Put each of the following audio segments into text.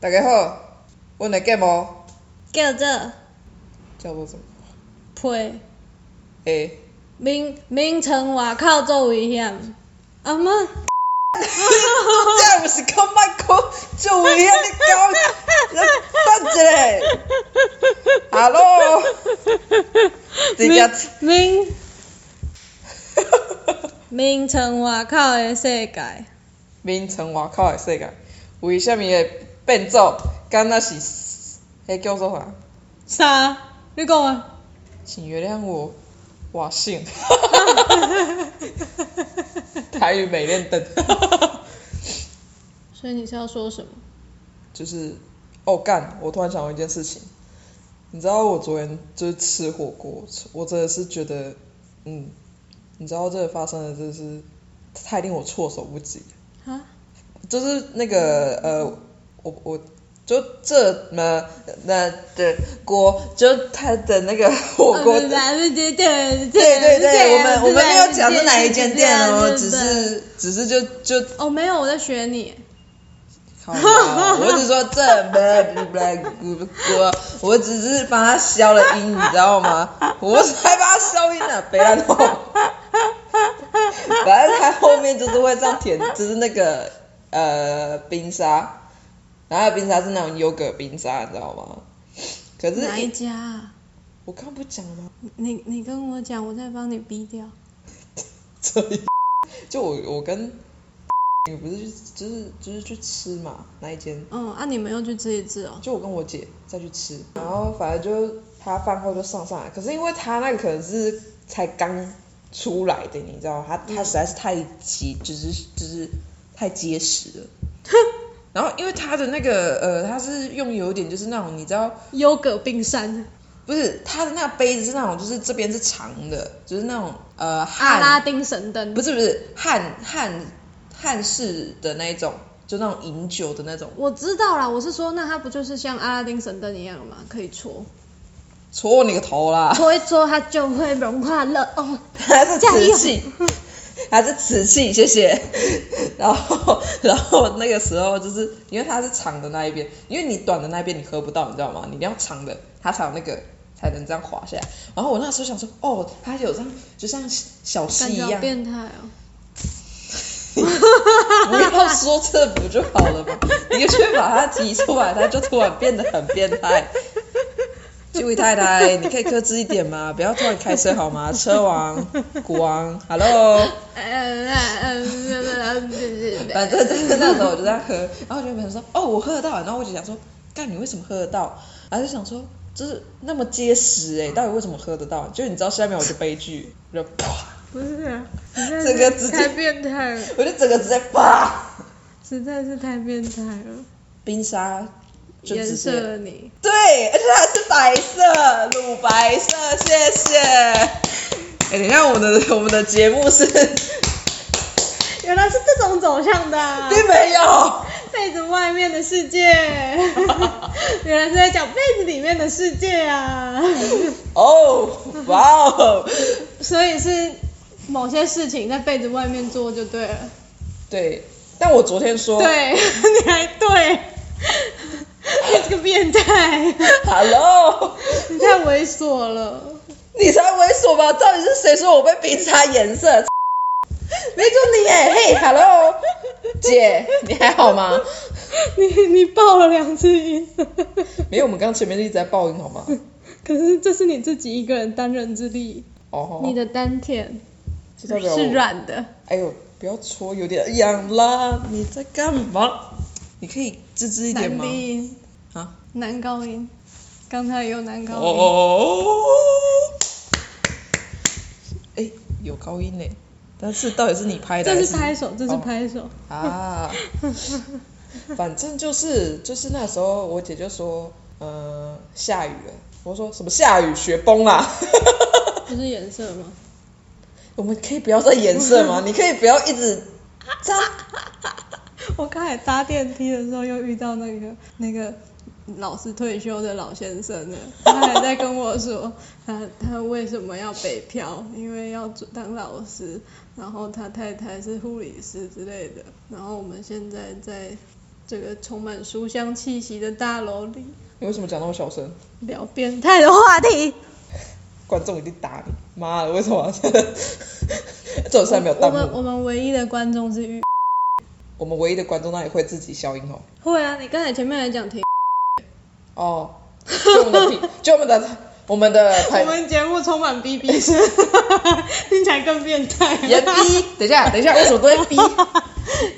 大家好，阮的节目叫做叫做什么？配诶、名名城外口做危险。阿妈，这毋是讲莫讲，就有遐咧搞，等一下，Hello，直接名， 名名城外口的世界，眠床外口的世界，为什物会变做敢若是迄叫做啥？啥？你讲啊？请原谅我，我姓， 台语美练灯，所以你是要说什么？就是哦干，我突然想到一件事情，你知道我昨天就是吃火锅，我真的是觉得，嗯，你知道这个发生的真是太令我措手不及，啊？就是那个呃，我我就这么那的锅，就它的那个火锅。对对对哦对对对，我们我们没有讲是哪一间店哦，我只是只是就就哦，没有，我在学你。好啦，我只说这不不不不，我只是帮他消了音，你知道吗？我才帮他消音呢、啊，别乱弄。反正他后面就是会这样舔，就是那个呃冰沙，然后它的冰沙是那种优格冰沙，你知道吗？可是哪一家啊？我刚不讲了吗？ 你你跟我讲，我再帮你逼掉。所以就我我跟 也不是去就是就是去吃嘛那一间，嗯，啊，你们又去吃一次哦。就我跟我姐再去吃，然后反正就她饭后就上上来，可是因为她那个可能是才刚出来的，你知道吗？她嗯她实在是太结，就是就是太结实 了。然后因为她的那个呃，她是用有点就是那种你知道，优格冰山，不是她的那个杯子是那种就是这边是长的，就是那种呃阿汉拉丁神灯。不是不是汉汉汉式的那一种，就那种饮酒的那种我知道啦，我是说，那它不就是像阿拉丁神灯一样吗？可以搓，戳你个头啦！搓一搓它就会融化了哦。 还是加瓷油器，还是瓷器，谢谢。然后，然后那个时候就是因为它是长的那一边，因为你短的那一边你喝不到，你知道吗？你一定要长的，它才有那个才能这样滑下来。然后我那时候想说，哦，它有这样，就像小溪感一觉好样，变态哦。不要说这不就好了吗？你去把它提出来，它就突然变得很变态。这位太太，你可以克制一点吗？不要突然开车好吗？车王、国王，Hello。呃呃呃呃反正就是那时候我就在喝，然后我就想说，哦，我喝得到，然后我就想说，干你为什么喝得到？然后就想说，就是那么结实哎、到底为什么喝得到？就你知道下面我就悲剧，我就啪，不是啊，你真的整个直太接，变态了，我就整个直接啪，实在是太变态了，冰沙就颜直色接，了你。对，而且它是白色，乳白色，谢谢。哎、等一下，我们的我们的节目是原来是这种走向的、啊并没有。被子外面的世界，原来是在讲被子里面的世界啊。哦，哇哦！所以是某些事情在被子外面做就对了。对，但我昨天说，对， 你还对，你这个变态， Hello，你太猥琐了。你才猥琐吧？到底是谁说我被冰沙颜色？ 没就你哎，嘿，Hello，姐，你还好吗？ 你你爆了两次音，没有，我们刚前面一直在爆音，好吗？可是这是你自己一个人单人之力，哦，你的丹田这代表我是。软的，哎呦，不要戳，有点痒啦！你在干嘛？你可以吱吱一点男吗？低音啊？男高音，刚才也有男哦高音，哦。哎，有高音呢，但是到底是你拍的还？这是拍手，这是哦 拍手，啊，反正就是就是那时候我姐就说，呃，下雨了。我说什么下雨雪崩啦、 不是颜色吗？我们可以不要再颜色吗？你可以不要一直这样 我刚才搭电梯的时候又遇到那个那个老师退休的老先生了，他还在跟我说 他他为什么要北漂，因为要做当老师，然后他太太是护理师之类的，然后我们现在在这个充满书香气息的大楼里你为什么讲那么小声？聊变态的话题。观众一定打你！妈的，为什么要 这样？这种事还没有我弹幕。们我们唯一的观众之一。我们唯一的观众那里会自己消音哦。会啊，你刚才前面还讲停，哦，就我们的屁， 就我们的我们的朋我们节目充满 逼逼声，听起来更变态。也逼，等一下，等一下，为什么都会逼？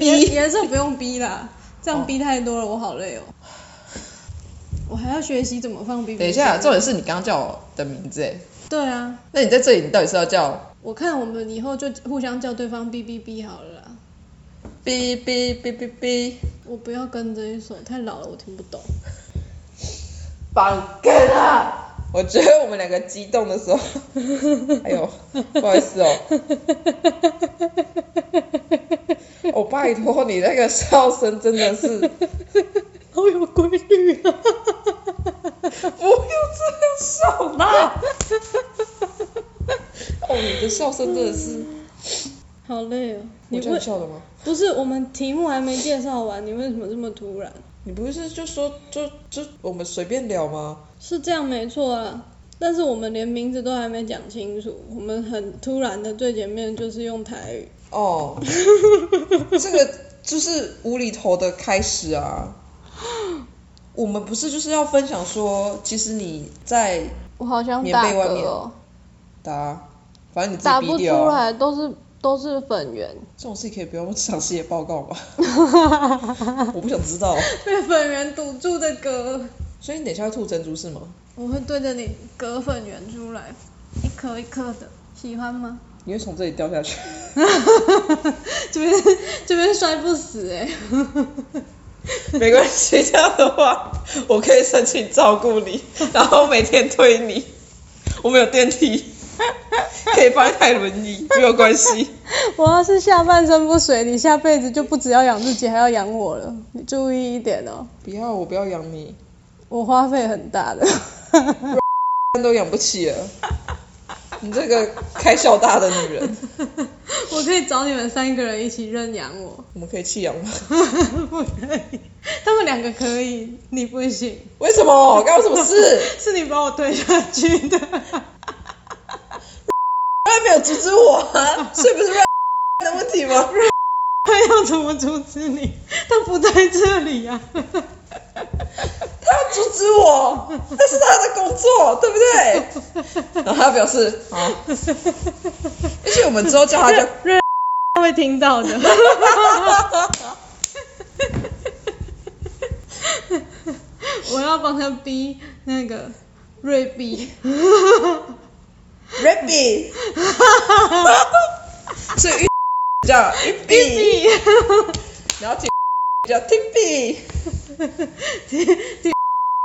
也逼也是不用逼啦，这样逼太多了，我好累哦。我还要学习怎么放逼逼。等一下，重点是你刚刚叫我的名字哎，对啊，那你在这里，你到底是要叫我看我们以后就互相叫对方哔哔哔好了啦。哔哔哔哔哔？我不要跟着一首，太老了，我听不懂。绑根啊！我觉得我们两个激动的时 候，哎呦，不好意 思哦。我、哦拜托你那个笑声真的 是好有规律啊！不要这样笑啦！ 哦，你的笑声真的是，好累哦。我你这样为笑的吗？不是我们题目还没介绍完，你为什么这么突然？你不是就说就就我们随便聊吗？是这样没错啊，但是我们连名字都还没讲清楚，我们很突然的最前面就是用台语。 哦，这个就是无厘头的开始啊。我们不是就是要分享说，其实你在我好想棉打被外嗝面哦，打，反正你自打己不逼出掉啊、来，都是都是粉圆。这种事情可以不用详细的报告 吧？我不想知道。被粉圆堵住的嗝，所以你等一下要吐珍珠是吗？我会对着你嗝粉圆出来，一颗一颗的，喜欢吗？你会从这里掉下去？这边这边摔不死哎、没关系，这样的话，我可以申请照顾你，然后每天推你。我们有电 梯，可以帮你开轮椅，没有关系。我要是下半身不遂，你下辈子就不只要养自己，还要养我了。你注意一点哦，不要，我不要养你，我花费很大的。都养不起了。你这个开销大的女人， 我可以找你们三个人一起认养我，我们可以弃养吗？不可以， 他们两个可以，你不行，为什么？干我什么事？是你把我推下去的。 他没有阻止我啊，所以不是的问题吗？他要怎么阻止你？他不在这里啊呀、他要阻止我，那是他的工作，对不对？然后他表示好，而且我们之后叫他 叫瑞他会听到的。我要帮他逼那个瑞 逼， Rabby，所以玉叫玉碧， 逼然后 T 叫 T B，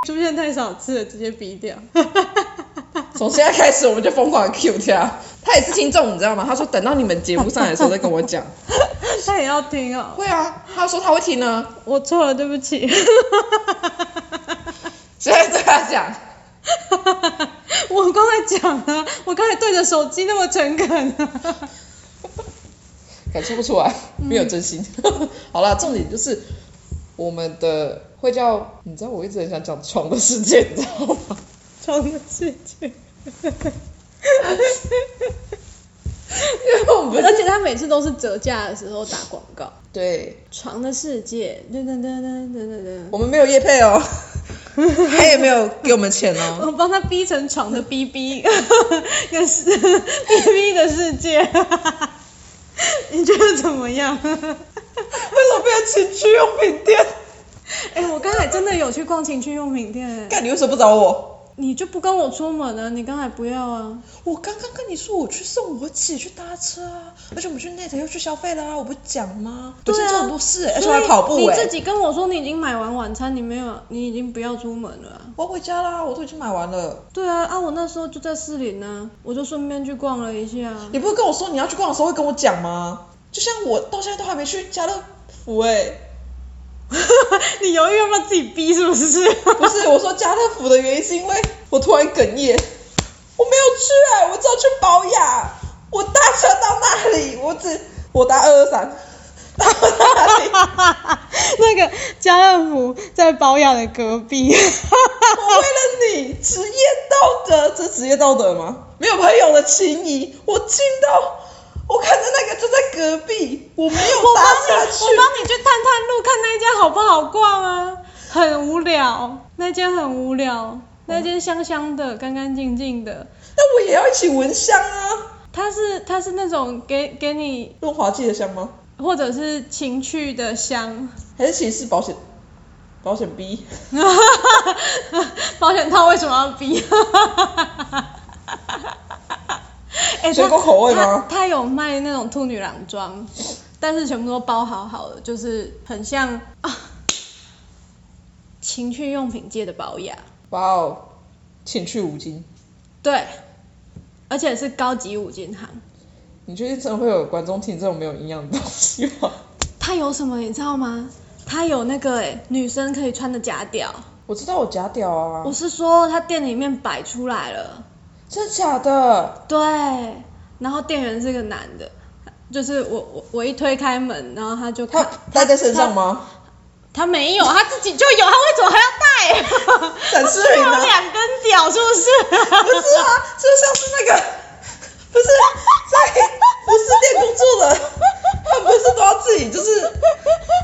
出现太少次了，直接逼掉。 从现在开始我们就疯狂地 Q 他，他也是听众，你知道吗？他说等到你们节目上来的时候再跟我 讲。他也要听哦，会啊，他说他会听呢，我错了，对不起。现在对他讲，我刚才讲了，我刚才对着手机那么诚恳、啊， 感受不出来，没有真心。 好啦，重点就是我们的会叫，你知道我一直很想讲床的世界，你知道 吗？床的事情。因为我们哦而且他每次都是折价的时候打广告，对床的世界，噔噔噔噔噔噔我们没有叶配 哦，他也没有给我们钱哦。我帮他逼成床的 BB，跟世 BB 的世界， 你觉得怎么样？ 为什么变成情趣用品店？ 哎、我刚才真的有去逛情趣用品店，哎干，你为什么不找我？你就不跟我出门了？你刚才不要啊？我刚刚跟你说我去送我姐去搭车啊，而且我们去 net 又去消费啦、我不讲吗？我对啊现在做很多事、而且所我以还跑步哎、你自己跟我说你已经买完晚餐，你没有，你已经不要出门了啊、我要回家啦，我都已经买完了。对啊，啊，我那时候就在士林呢、我就顺便去逛了一下。 你不是跟我说你要去逛的时候会跟我讲吗？就像我到现在都还没去家乐福哎、你犹豫要不要自己逼是不是？ 不是，我说家乐福的原因是因为我突然哽咽，我没有去哎、我只有去保养，我搭车到那里，我只我搭二二三，那个家乐福在保养的隔 壁， 我为了你，职业道德，这职业道德吗？没有朋友的情谊，我进到，我看着那个就在隔壁，我没有我帮搭下你，去我。帮你去探探路，看那一家好不好逛啊？很无聊，那间很无聊，那间香香的，干干净净的。那我也要一起闻香啊！它是它是那种给给你润滑剂的香吗？或者是情趣的香，还是其实是保险保险 B？ 保险套为什么要 逼？哎水果它口味吗它它有卖那种兔女郎装，但是全部都包好好的，就是很像 啊，情趣用品界的保养。哇哦，情趣五金，对，而且是高级五金行。你确定真的会有观众听这种没有营养的东西吗？它有什么你知道吗？它有那个哎、女生可以穿的假屌。我知道我假屌啊我，是说，它店里面摆出来了。真的假的？对，然后店员是个男的，就是我我我一推开门，然后他就他看戴在身上？吗？他他没有，他自己就有，他为什么还要戴？展示而已 他吗有两根屌是不不是是？啊，就像是那个，不是在服饰店工作的，他们不是都要自己就是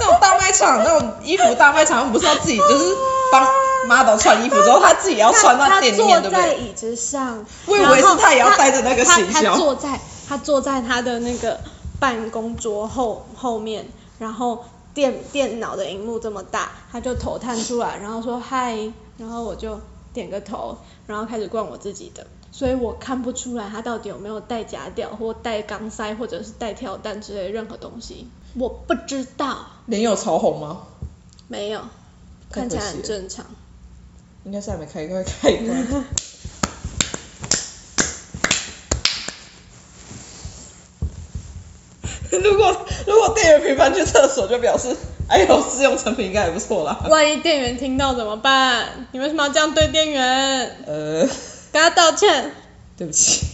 那种大卖场那种衣服大卖场，他们不是要自己就是帮 model 穿衣服之后，他自己也要穿到店里面，对他坐不在对？椅子上，我以为然后是他也要带着那个他行他销他坐在他坐在他的那个办公桌后后面，然后电电脑的荧幕这么大，他就头探出来，然后说嗨，然后我就点个头，然后开始逛我自己的。所以我看不出来他到底有没有带假屌或带钢塞或者是带跳蛋之类任何东西，我不知道，脸有潮红吗？没有，太看可惜起来很了正常。应该是还没开关，开关。 如果如果店员频繁去厕所，就表示哎呦，试用成品应该还不错啦。万一店员听到怎么办？你为什么要这样对店员？呃，跟他道歉。对不起，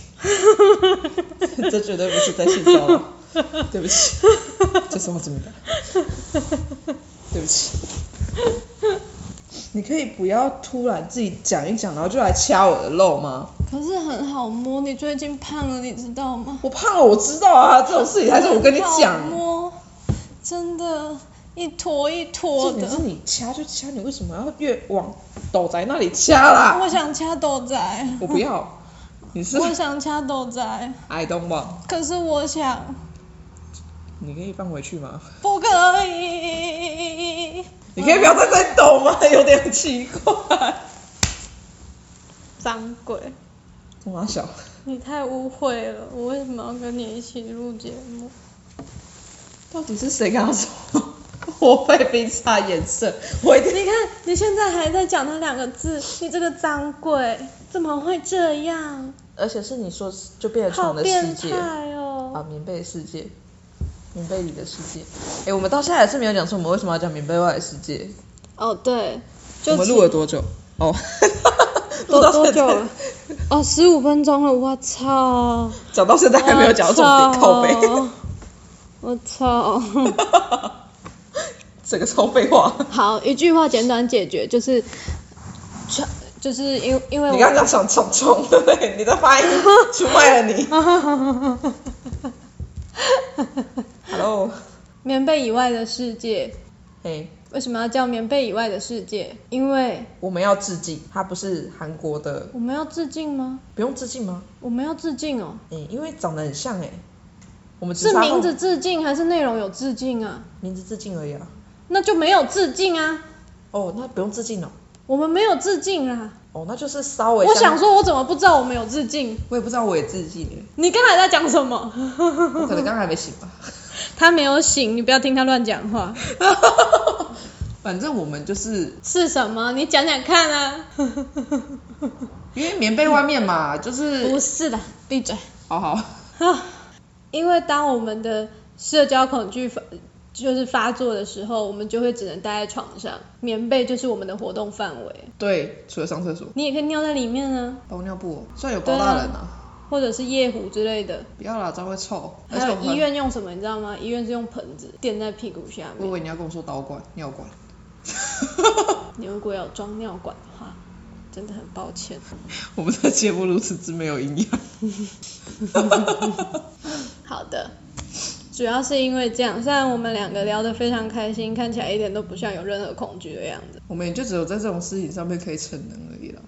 这绝对不是在性骚 扰，对不起，这是我怎么办？对不起， 你可以不要突然自己讲一讲，然后就来掐我的肉吗？可是很好摸，你最近胖了，你知道吗？我胖了，我知道啊，这种事情还是我跟你很好讲。摸，真的，一坨一坨重的点。是你掐就掐，你为什么要越往斗宅那里掐啦？我想掐豆仔， 我不要，你是我想掐豆仔， I don't want，可是我想你可以放回去吗？不可以。你可以不要再再抖吗？ 有点奇怪。张鬼，中华小，你太污秽了，我为什么要跟你一起录节目？到底是谁跟他说？ 我被冰差颜色，我一定你看，你现在还在讲那两个字，你这个脏鬼怎么会这样？而且是你说就变成好床的世变界态哦！啊，棉被世界，棉被里的世界。哎、我们到现在还是没有讲说我们为什么要讲棉被外的世界。哦，对，我就们请录了多久？哦， 录多到多现久在了？哦，十五分钟了，我操！哦讲到现在 还没有讲到重点，靠背，我操！ 整个超废话。好，一句话简短解决，就是，就就是因因为 你我刚刚想冲冲，对不对？你的发音出卖了 你。Hello，棉被以外的世界，嘿、为什么要叫棉被以外的世界？因为我们要致敬，它不是韩国的，我们要致敬吗？不用致敬吗？我们要致敬哦，嗯，因为长得很像哎、我们只是差名后字致敬还是内容有致敬啊？名字致敬而已啊。那就没有致敬啊，哦，那不用致敬哦。我们没有致敬啦。哦，那就是稍微我像想，说，我怎么不知道我们有致敬？我也不知道我也致敬哎，你刚才在讲什么？我可能刚才还没 醒吧。他没有醒，你不要听他乱讲话。反正我们就是是什么？你讲讲看啊。因为棉被外面 嘛，就是 不是的，闭嘴。好好，啊，因为当我们的社交恐惧发就是发作的时候，我们就会只能待在床上，棉被就是我们的活动范围。对，除了上厕所，你也可以尿在里面啊。包尿布、哦，虽然有包大人啊，或者是夜壶之类的。不要啦，这样会臭。而还且我有很医，院用什么，你知道吗？医院是用盆子垫在屁股下我以面。为你要跟我说导管、尿管。 你如果有装尿管的话，真的很抱歉。我们的节目如此之没有营养。好的，主要是因为这样，虽然我们两个聊得非常开心，看起来一点都不像有任何恐惧的样子，我们也就只有在这种事情上面可以逞能而已啦。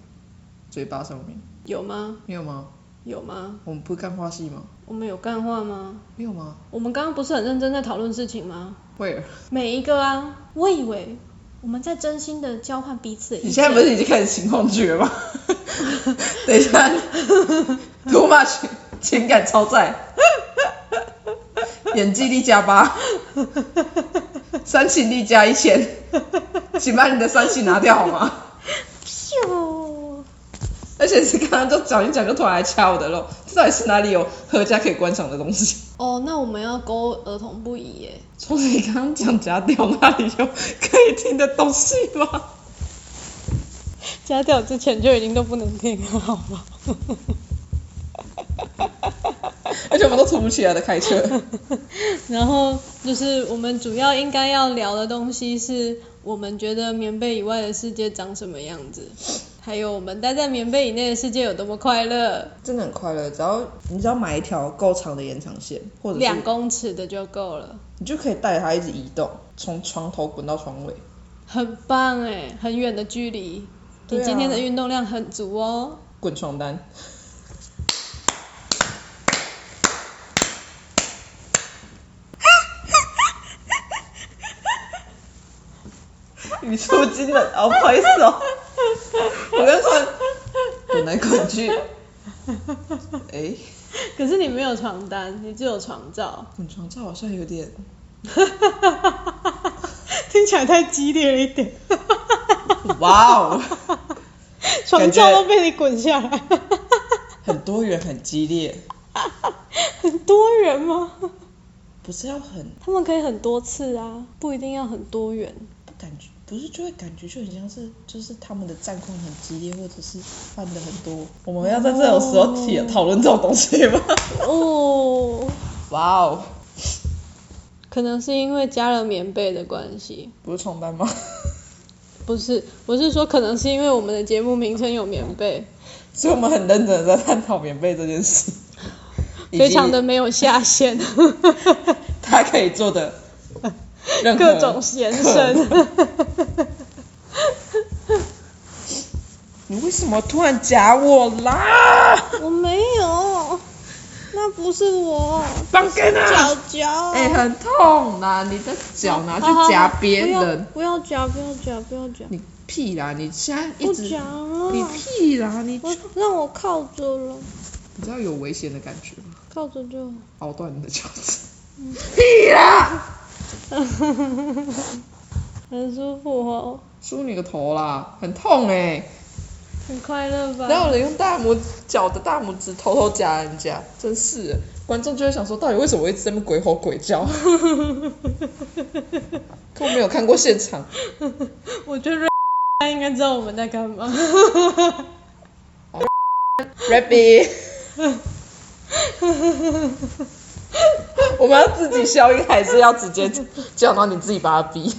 嘴巴上面有吗？没有吗？有吗？我们不干话戏吗？我们有干话吗？没有吗？我们刚刚不是很认真在讨论事情吗？会儿，每一个啊，我以为我们在真心的交换彼此的你意现在见。不是已经开始情况剧了吗？等一下，too much，情感超载， 演技力加八，煽情力加一千，请把你的煽情拿掉好吗？咻而且是刚刚就讲一讲就突然来掐我的肉，这到底是哪里有合家可以观赏的东西？哦，那我们要勾儿童不宜耶。从你刚刚讲夹掉那里有可以听的东西吗？加掉之前就已经都不能听了，好吗？ 而且我们都突如其来的啊开车，然后就是我们主要应该要聊的东西是我们觉得棉被以外的世界长什么样子，还有我们待在棉被以内的世界有多么快乐。 真的很快乐。只要你只要买一条够长的延长线，或者两是公尺的就够了，你就可以带着它一直移动，从床头滚到床尾。很棒哎，很远的距离。对你啊今天的运动量很足 哦。滚床单，语出惊人，好不好意思 哦，我刚突然滚来滚去，哎、可是你没有床单，你只有床罩，滚床罩好像有点， 听起来太激烈了一点，哇哦，床感觉罩都被你滚下来， 很多元，很激烈，很多人吗？不是要很他们可以很多次啊，不一定要很多 元。不感觉，不是就会感觉就很像是，就是他们的战况很激烈，或者是犯的很多。我们要在这种时候提讨论这种东西吗？哦，哇哦，可能是因为加了棉被的关系，不是床单吗？不是，我是说可能是因为我们的节目名称有棉被，所以我们很认真的在探讨棉被这件事，以及非常的没有下限，他可以做的 任何各种延伸。你为什么突然夹我啦？ 我没有，那不是 我，放开他！脚脚。哎、很痛啦！你的脚拿去好好夹好别不要人，不要夹，不要夹，不要夹，你屁啦！你现在一不直夹了你，屁啦！你啊我让我靠着了，你知道有危险的感觉吗？靠着就好。咬断你的脚趾。屁啦！很舒服哦，梳你个头啦，很痛哎、很快乐吧？哪有人用大拇指脚的大拇指偷偷夹人家？真是的，观众就会想说，到底为什么我一直在那边鬼吼鬼叫？ 可我没有看过现场， 我觉得他应该知道我们在干嘛。 Rabby，我们要自己消音，还是要直接叫，然后你自己把它逼？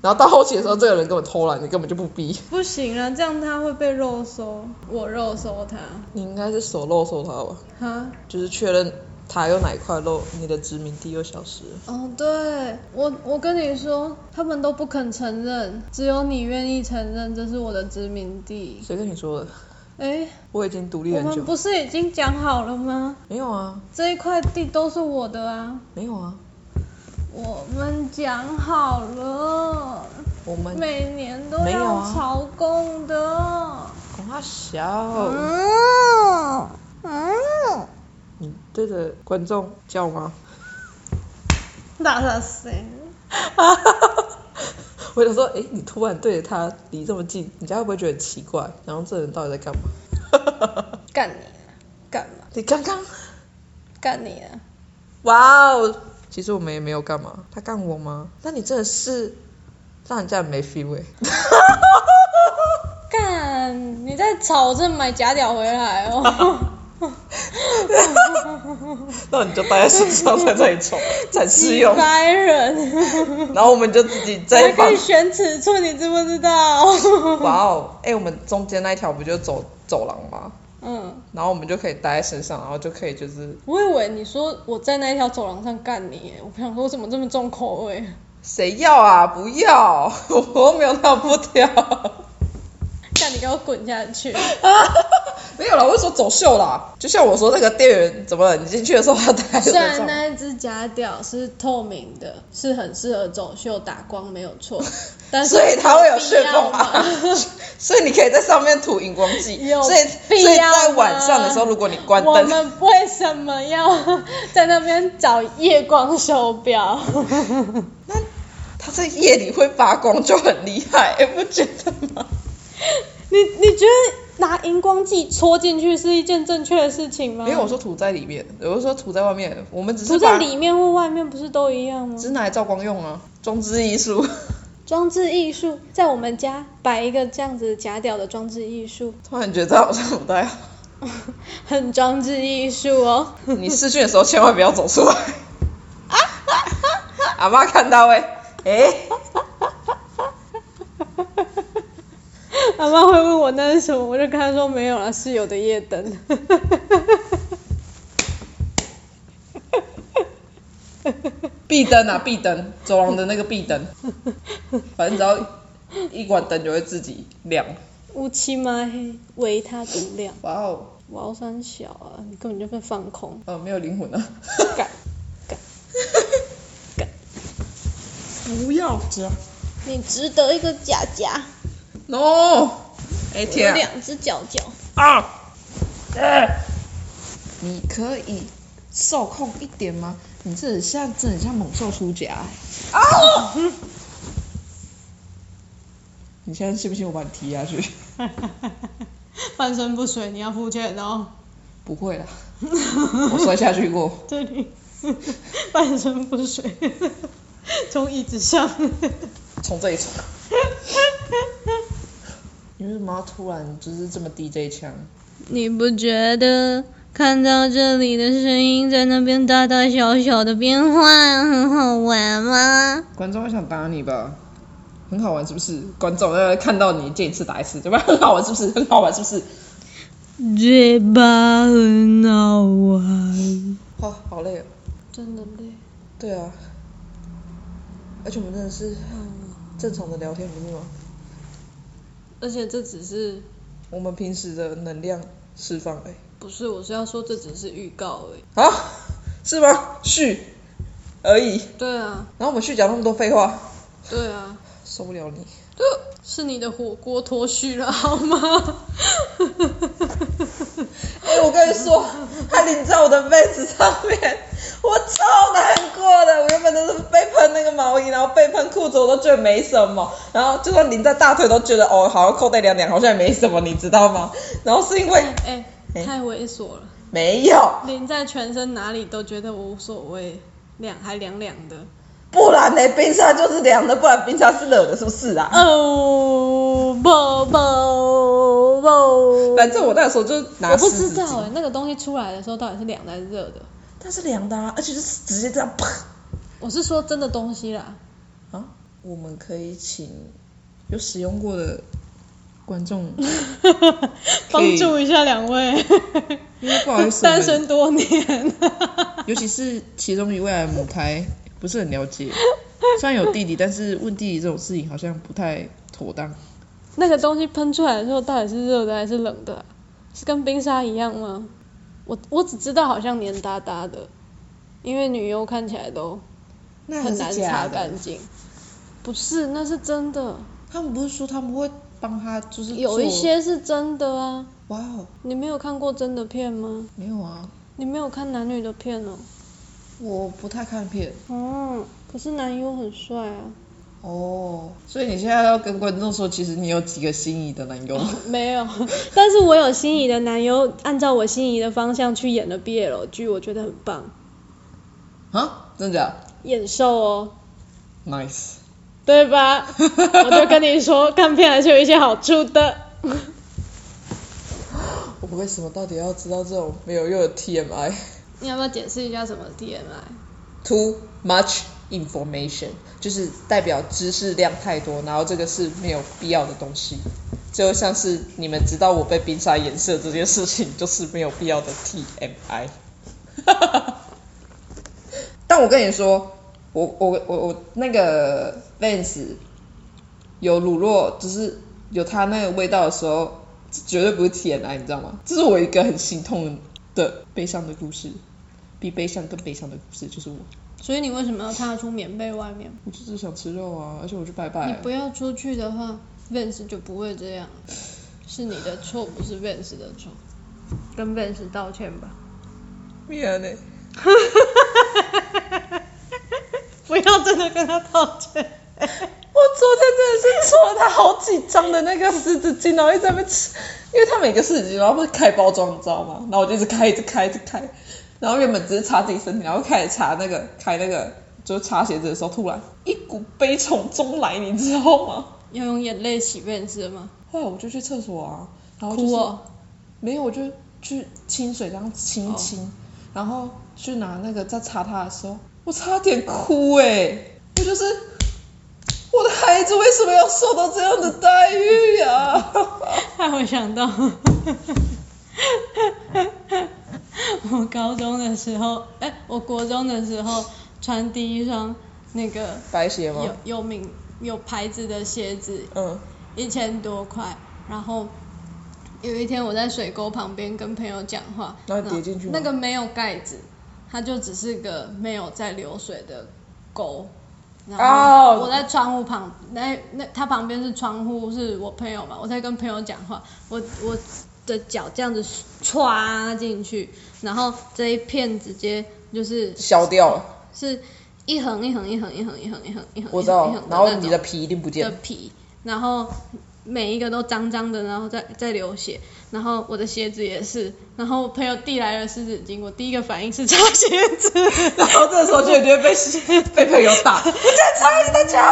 然后到后期的时候，这个人根本偷懒，你根本就不逼。不行啊，这样他会被肉搜，我肉搜他。你应该是手漏收他吧？哈，就是确认他有哪一块肉，你的殖民地又消失了。哦，对我，我跟你说，他们都不肯承认，只有你愿意承认这是我的殖民地。谁跟你说的？哎，我已经独立我很们久。不是已经讲好了吗？没有啊，这一块地都是我的啊，没有啊，我们讲好了，我们每年都没有要啊朝贡的。恐怕小。嗯嗯，你对着观众叫吗？那是谁？我想说，哎、你突然对着他离这么近，人家会不会觉得很奇怪？然后这人到底在干嘛？ 干你啊！干嘛？你刚刚，干你啊！哇哦！其实我们也没有干嘛，他干我吗？那你真的是让人家很没 feel 哎、干！你在吵着买假屌回来哦。那你就带在身上，在这里 抽，才适用。白人，然后我们就自己还再放可以。选尺寸，你知不知道？哇哦，哎、我们中间那一条不就走走廊吗？嗯，然后我们就可以带在身上，然后就可以就是我以为你说我在那一条走廊上干你耶，我不想说我怎么这么重口味。谁要啊？不要，我又没有那么不 挑。叫你给我滚下 去！没有啦，我是说走秀啦。就像我说那个店员怎么了？你进去的时候他带虽在身然上，那一只假屌是透明的，是很适合走秀打光，没有 错。但是所以它会有旋必要风吗啊。所以你可以在上面涂荧光剂。有所以所必以要在晚吗上的时候，如果你 关我灯，们为什么要在那边找夜光手表？ 它在夜里会发光就很厉害，你不觉得吗？你你觉得拿荧光剂戳进去是一件正确的事情吗？没有，我说涂在里面，我是说涂在外面，我们只涂是在把里面或外面不是都一样吗只？是拿来照光用啊，装置艺术。装置艺术，在我们家摆一个这样子假屌的装置艺术，突然觉得好像不太好。很装置艺术哦。你试训的时候千万不要走出来，阿妈看到会，哎、 阿妈会问我那是什么，我就跟她说没有啦，室友的夜灯。 壁灯啊，壁灯，走廊的那个壁灯，反正只要一关灯就会自己亮。乌漆嘛黑，唯他独亮。哇哦，我要三小啊，你根本就被放空。呃，没有灵魂啊！干干干，不要这样你值得一个假假， ，no！哎、有天啊两只脚脚。啊！哎，你可以受控一点吗？你这现在真的很像猛兽出夹、欸。啊！你现在信不信我把你踢下去？ 半身不遂，你要付钱哦。不会啦， 我摔下去 过。这里半身不遂，从椅 子上。从这里冲。你为什么要突然就是这么 DJ 腔？你不觉得看到这里的声音在那边大大小小的变化很好玩吗？观众会想打你吧？很好玩是不是？观众要看到你见一次打一次，对吧？很好玩是不是？很好玩是不是？嘴巴很好玩。哦，好累哦。真的累，对啊，而且我们真的是正常的聊天不是吗？而且这只是我们平时的能量释放哎、不是？我是要说这只是预告而已。欸，啊，是吗？续而已。对啊，然后我们续讲那么多废话，对啊，受不了你。呃是你的火锅脱序了好吗？ 哎、我跟你说，他淋在我的被子上面，我超难过的。我原本都是被喷那个毛衣，然后被喷裤子，我都觉得没什么。然后就算淋在大腿，都觉得哦，好像扣带凉凉，好像也没什么，你知道吗？然后是因为哎、哎太猥琐了，没有，淋在全身哪里都觉得我无所谓，凉还凉凉的。不然呢？冰沙就是凉的，不然冰沙是冷的，是不是嗯啊？哦，不不不，反正我那时候就拿我不湿知纸道哎、巾，那个东西出来的时候到底是凉的还是热的？但是凉的啊，而且就是直接这样啪。我是说真的东西啦，啊，我们可以请有使用过的观众， 帮助一下两位，因为不好意思，我 单们身多年，尤其是其中一位的母胎，不是很了解。虽然有弟弟，但是问弟弟这种事情好像不太妥当。 那个东西喷出来的时候到底是热的还是冷的啊、是跟冰沙一样吗？我我只知道好像黏哒哒的，因为女优看起来都那 很还难是假擦的干。净。不是，那是真的，他们不是说他们会帮他，就是有一做些是真的啊。哇哦，你没有看过真的片吗？没有啊，你没有看男女的片哦？我不太看片哦，可是男优很帅啊。哦。所以你现在要跟观众说，其实你有几个心仪的男友， 没有， 但是我有心仪的男优，按照我心仪的方向去演了 BL 剧，我觉得很棒。啊？真的假演瘦哦，的？Nice。对吧？我就跟你说，看片还是有一些好处的。我为什么到底要知道这种没有用的 TMI？你要不要解释一下什么是 DMI？ too much information，就是代表知识量太多，然后这个是没有必要的东西。就像是你们知道我被冰沙颜色这件事情，就是没有必要的 TMI。但我跟你说，我我我我那个 Vans 有乳酪，就是有它那个味道的时候，这绝对不是 TMI，你知道吗？这是我一个很心痛的悲伤的故事。比悲伤更悲伤的故事就是我，所以你为什么要踏出棉被外面？我就是想吃肉啊，而且我去拜拜你啊。不要出去的话，Vans 就不会这样，是你的错，不是 Vans 的错，跟 Vans 道歉吧。 Miane，不要真的跟他道歉。我昨天真的是搓他好几张的那个湿纸巾，然后一直在那边吃，因为它每个市集然后不是开包装，你知道吗？然后我就一直开，一直开，一直开。然后原本只是擦自己身体，然后开始擦那个开那个，就是擦鞋子的时候，突然一股悲从中来，你知道吗？要用眼泪洗 Vans 的吗？后来我就去厕所啊，然后就是、哭哦，没有，我就去清水这样清一清，然后去拿那个在擦它的时候，我差点哭哎、我就是我的孩子为什么要受到这样的待遇啊呀、让我想到， 我高中的时候，哎、我国中的时候穿第一双那个 白鞋有？有名有牌子的鞋子，嗯，一千多块，然后。有一天我在水沟旁边跟朋友讲话，然后跌进去吗嗯那个没有盖子，它就只是个没有在流水的沟。然哦后我在窗户旁，那那它旁边是窗户，是我朋友嘛，我在跟朋友讲话，我我的脚这样子歘进去，然后这一片直接就是消掉了，是一横一横一横一横一横一横一横，我知一道横。然后那种你的皮一定不见的了，皮，然后每一个都脏脏的，然后再再流血，然后我的鞋子也是，然后我朋友递来了湿纸巾，我第一个反应是擦鞋子， 然后这个时候就一定会被 被朋友打，你在擦你的脚。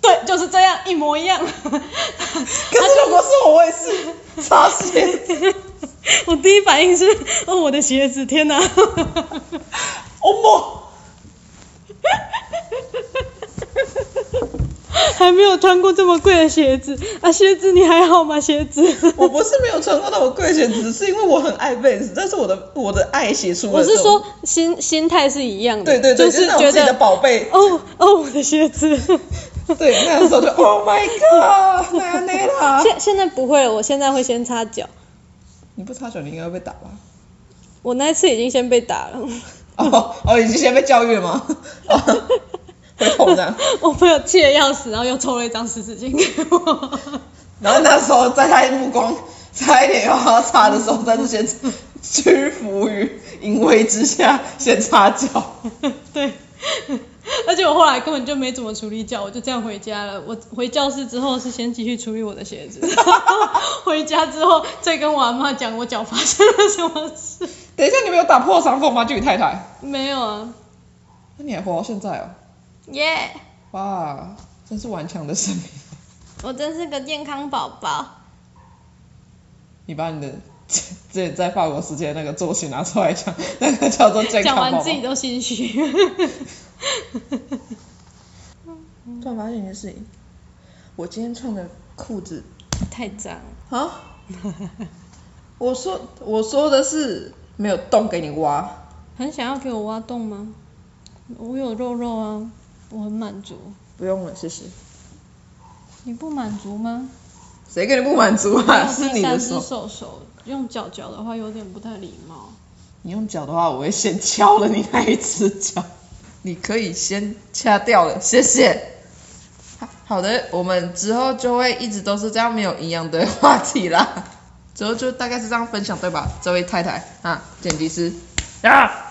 对，就是这样一模一 样。可是如果是我，我也是擦鞋子。 我第一反应是，哦，我的鞋子，天哪！哦莫， 还没有穿过这么贵的鞋子啊！鞋子你还好吗？鞋子，我不是没有穿过那么贵鞋，只是因为我很爱 Vans，但是我的我的爱鞋出了我是这种说心心态是一样的，对对对，就是那种觉自己的得宝贝。哦哦，我的鞋子。 对，那个时候就 Oh my God，哪里啦？ 现现在不会了，我现在会先擦脚。你不擦脚，你应该会被打吧？我那一次已经先被打 了，哦哦，你之前被教育了 吗？哦会痛的。我朋友气得要死，然后又抽了一张湿纸巾给我。 然后那时候在他目光差一点要他擦的时候，但是先屈服于淫威之下，先擦脚。对， 而且我后来根本就没怎么处理脚，我就这样回家了。我回教室之后是先继续处理我的 鞋子，然后回家之后再跟我阿妈讲我脚发生了什么事。 等一下，你没有打破伤风吗？就你太太？没有啊，那你还活到现在哦？耶、哇，真是顽强的生命！我真是个健康宝宝。你把你的之前在法国时间的那个作息拿出来讲，那个叫做健康讲宝宝。完自己都心虚。 突然发现一件事情，我今天穿的裤子太脏了， 啊，我说我说的是没有洞给你挖，很想要给我挖洞吗？我有肉肉啊，我很满足。不用了，谢谢。你不满足吗？谁给你不满足啊？ 是你的第三手只。手手用脚脚的话有点不太礼貌。你用脚的话，我会先敲了你那一只脚。 你可以先掐掉了，谢谢。好好的，我们之后就会一直都是这样没有营养的话题啦。之后就大概是这样分享对吧？这位太太啊，剪辑师啊。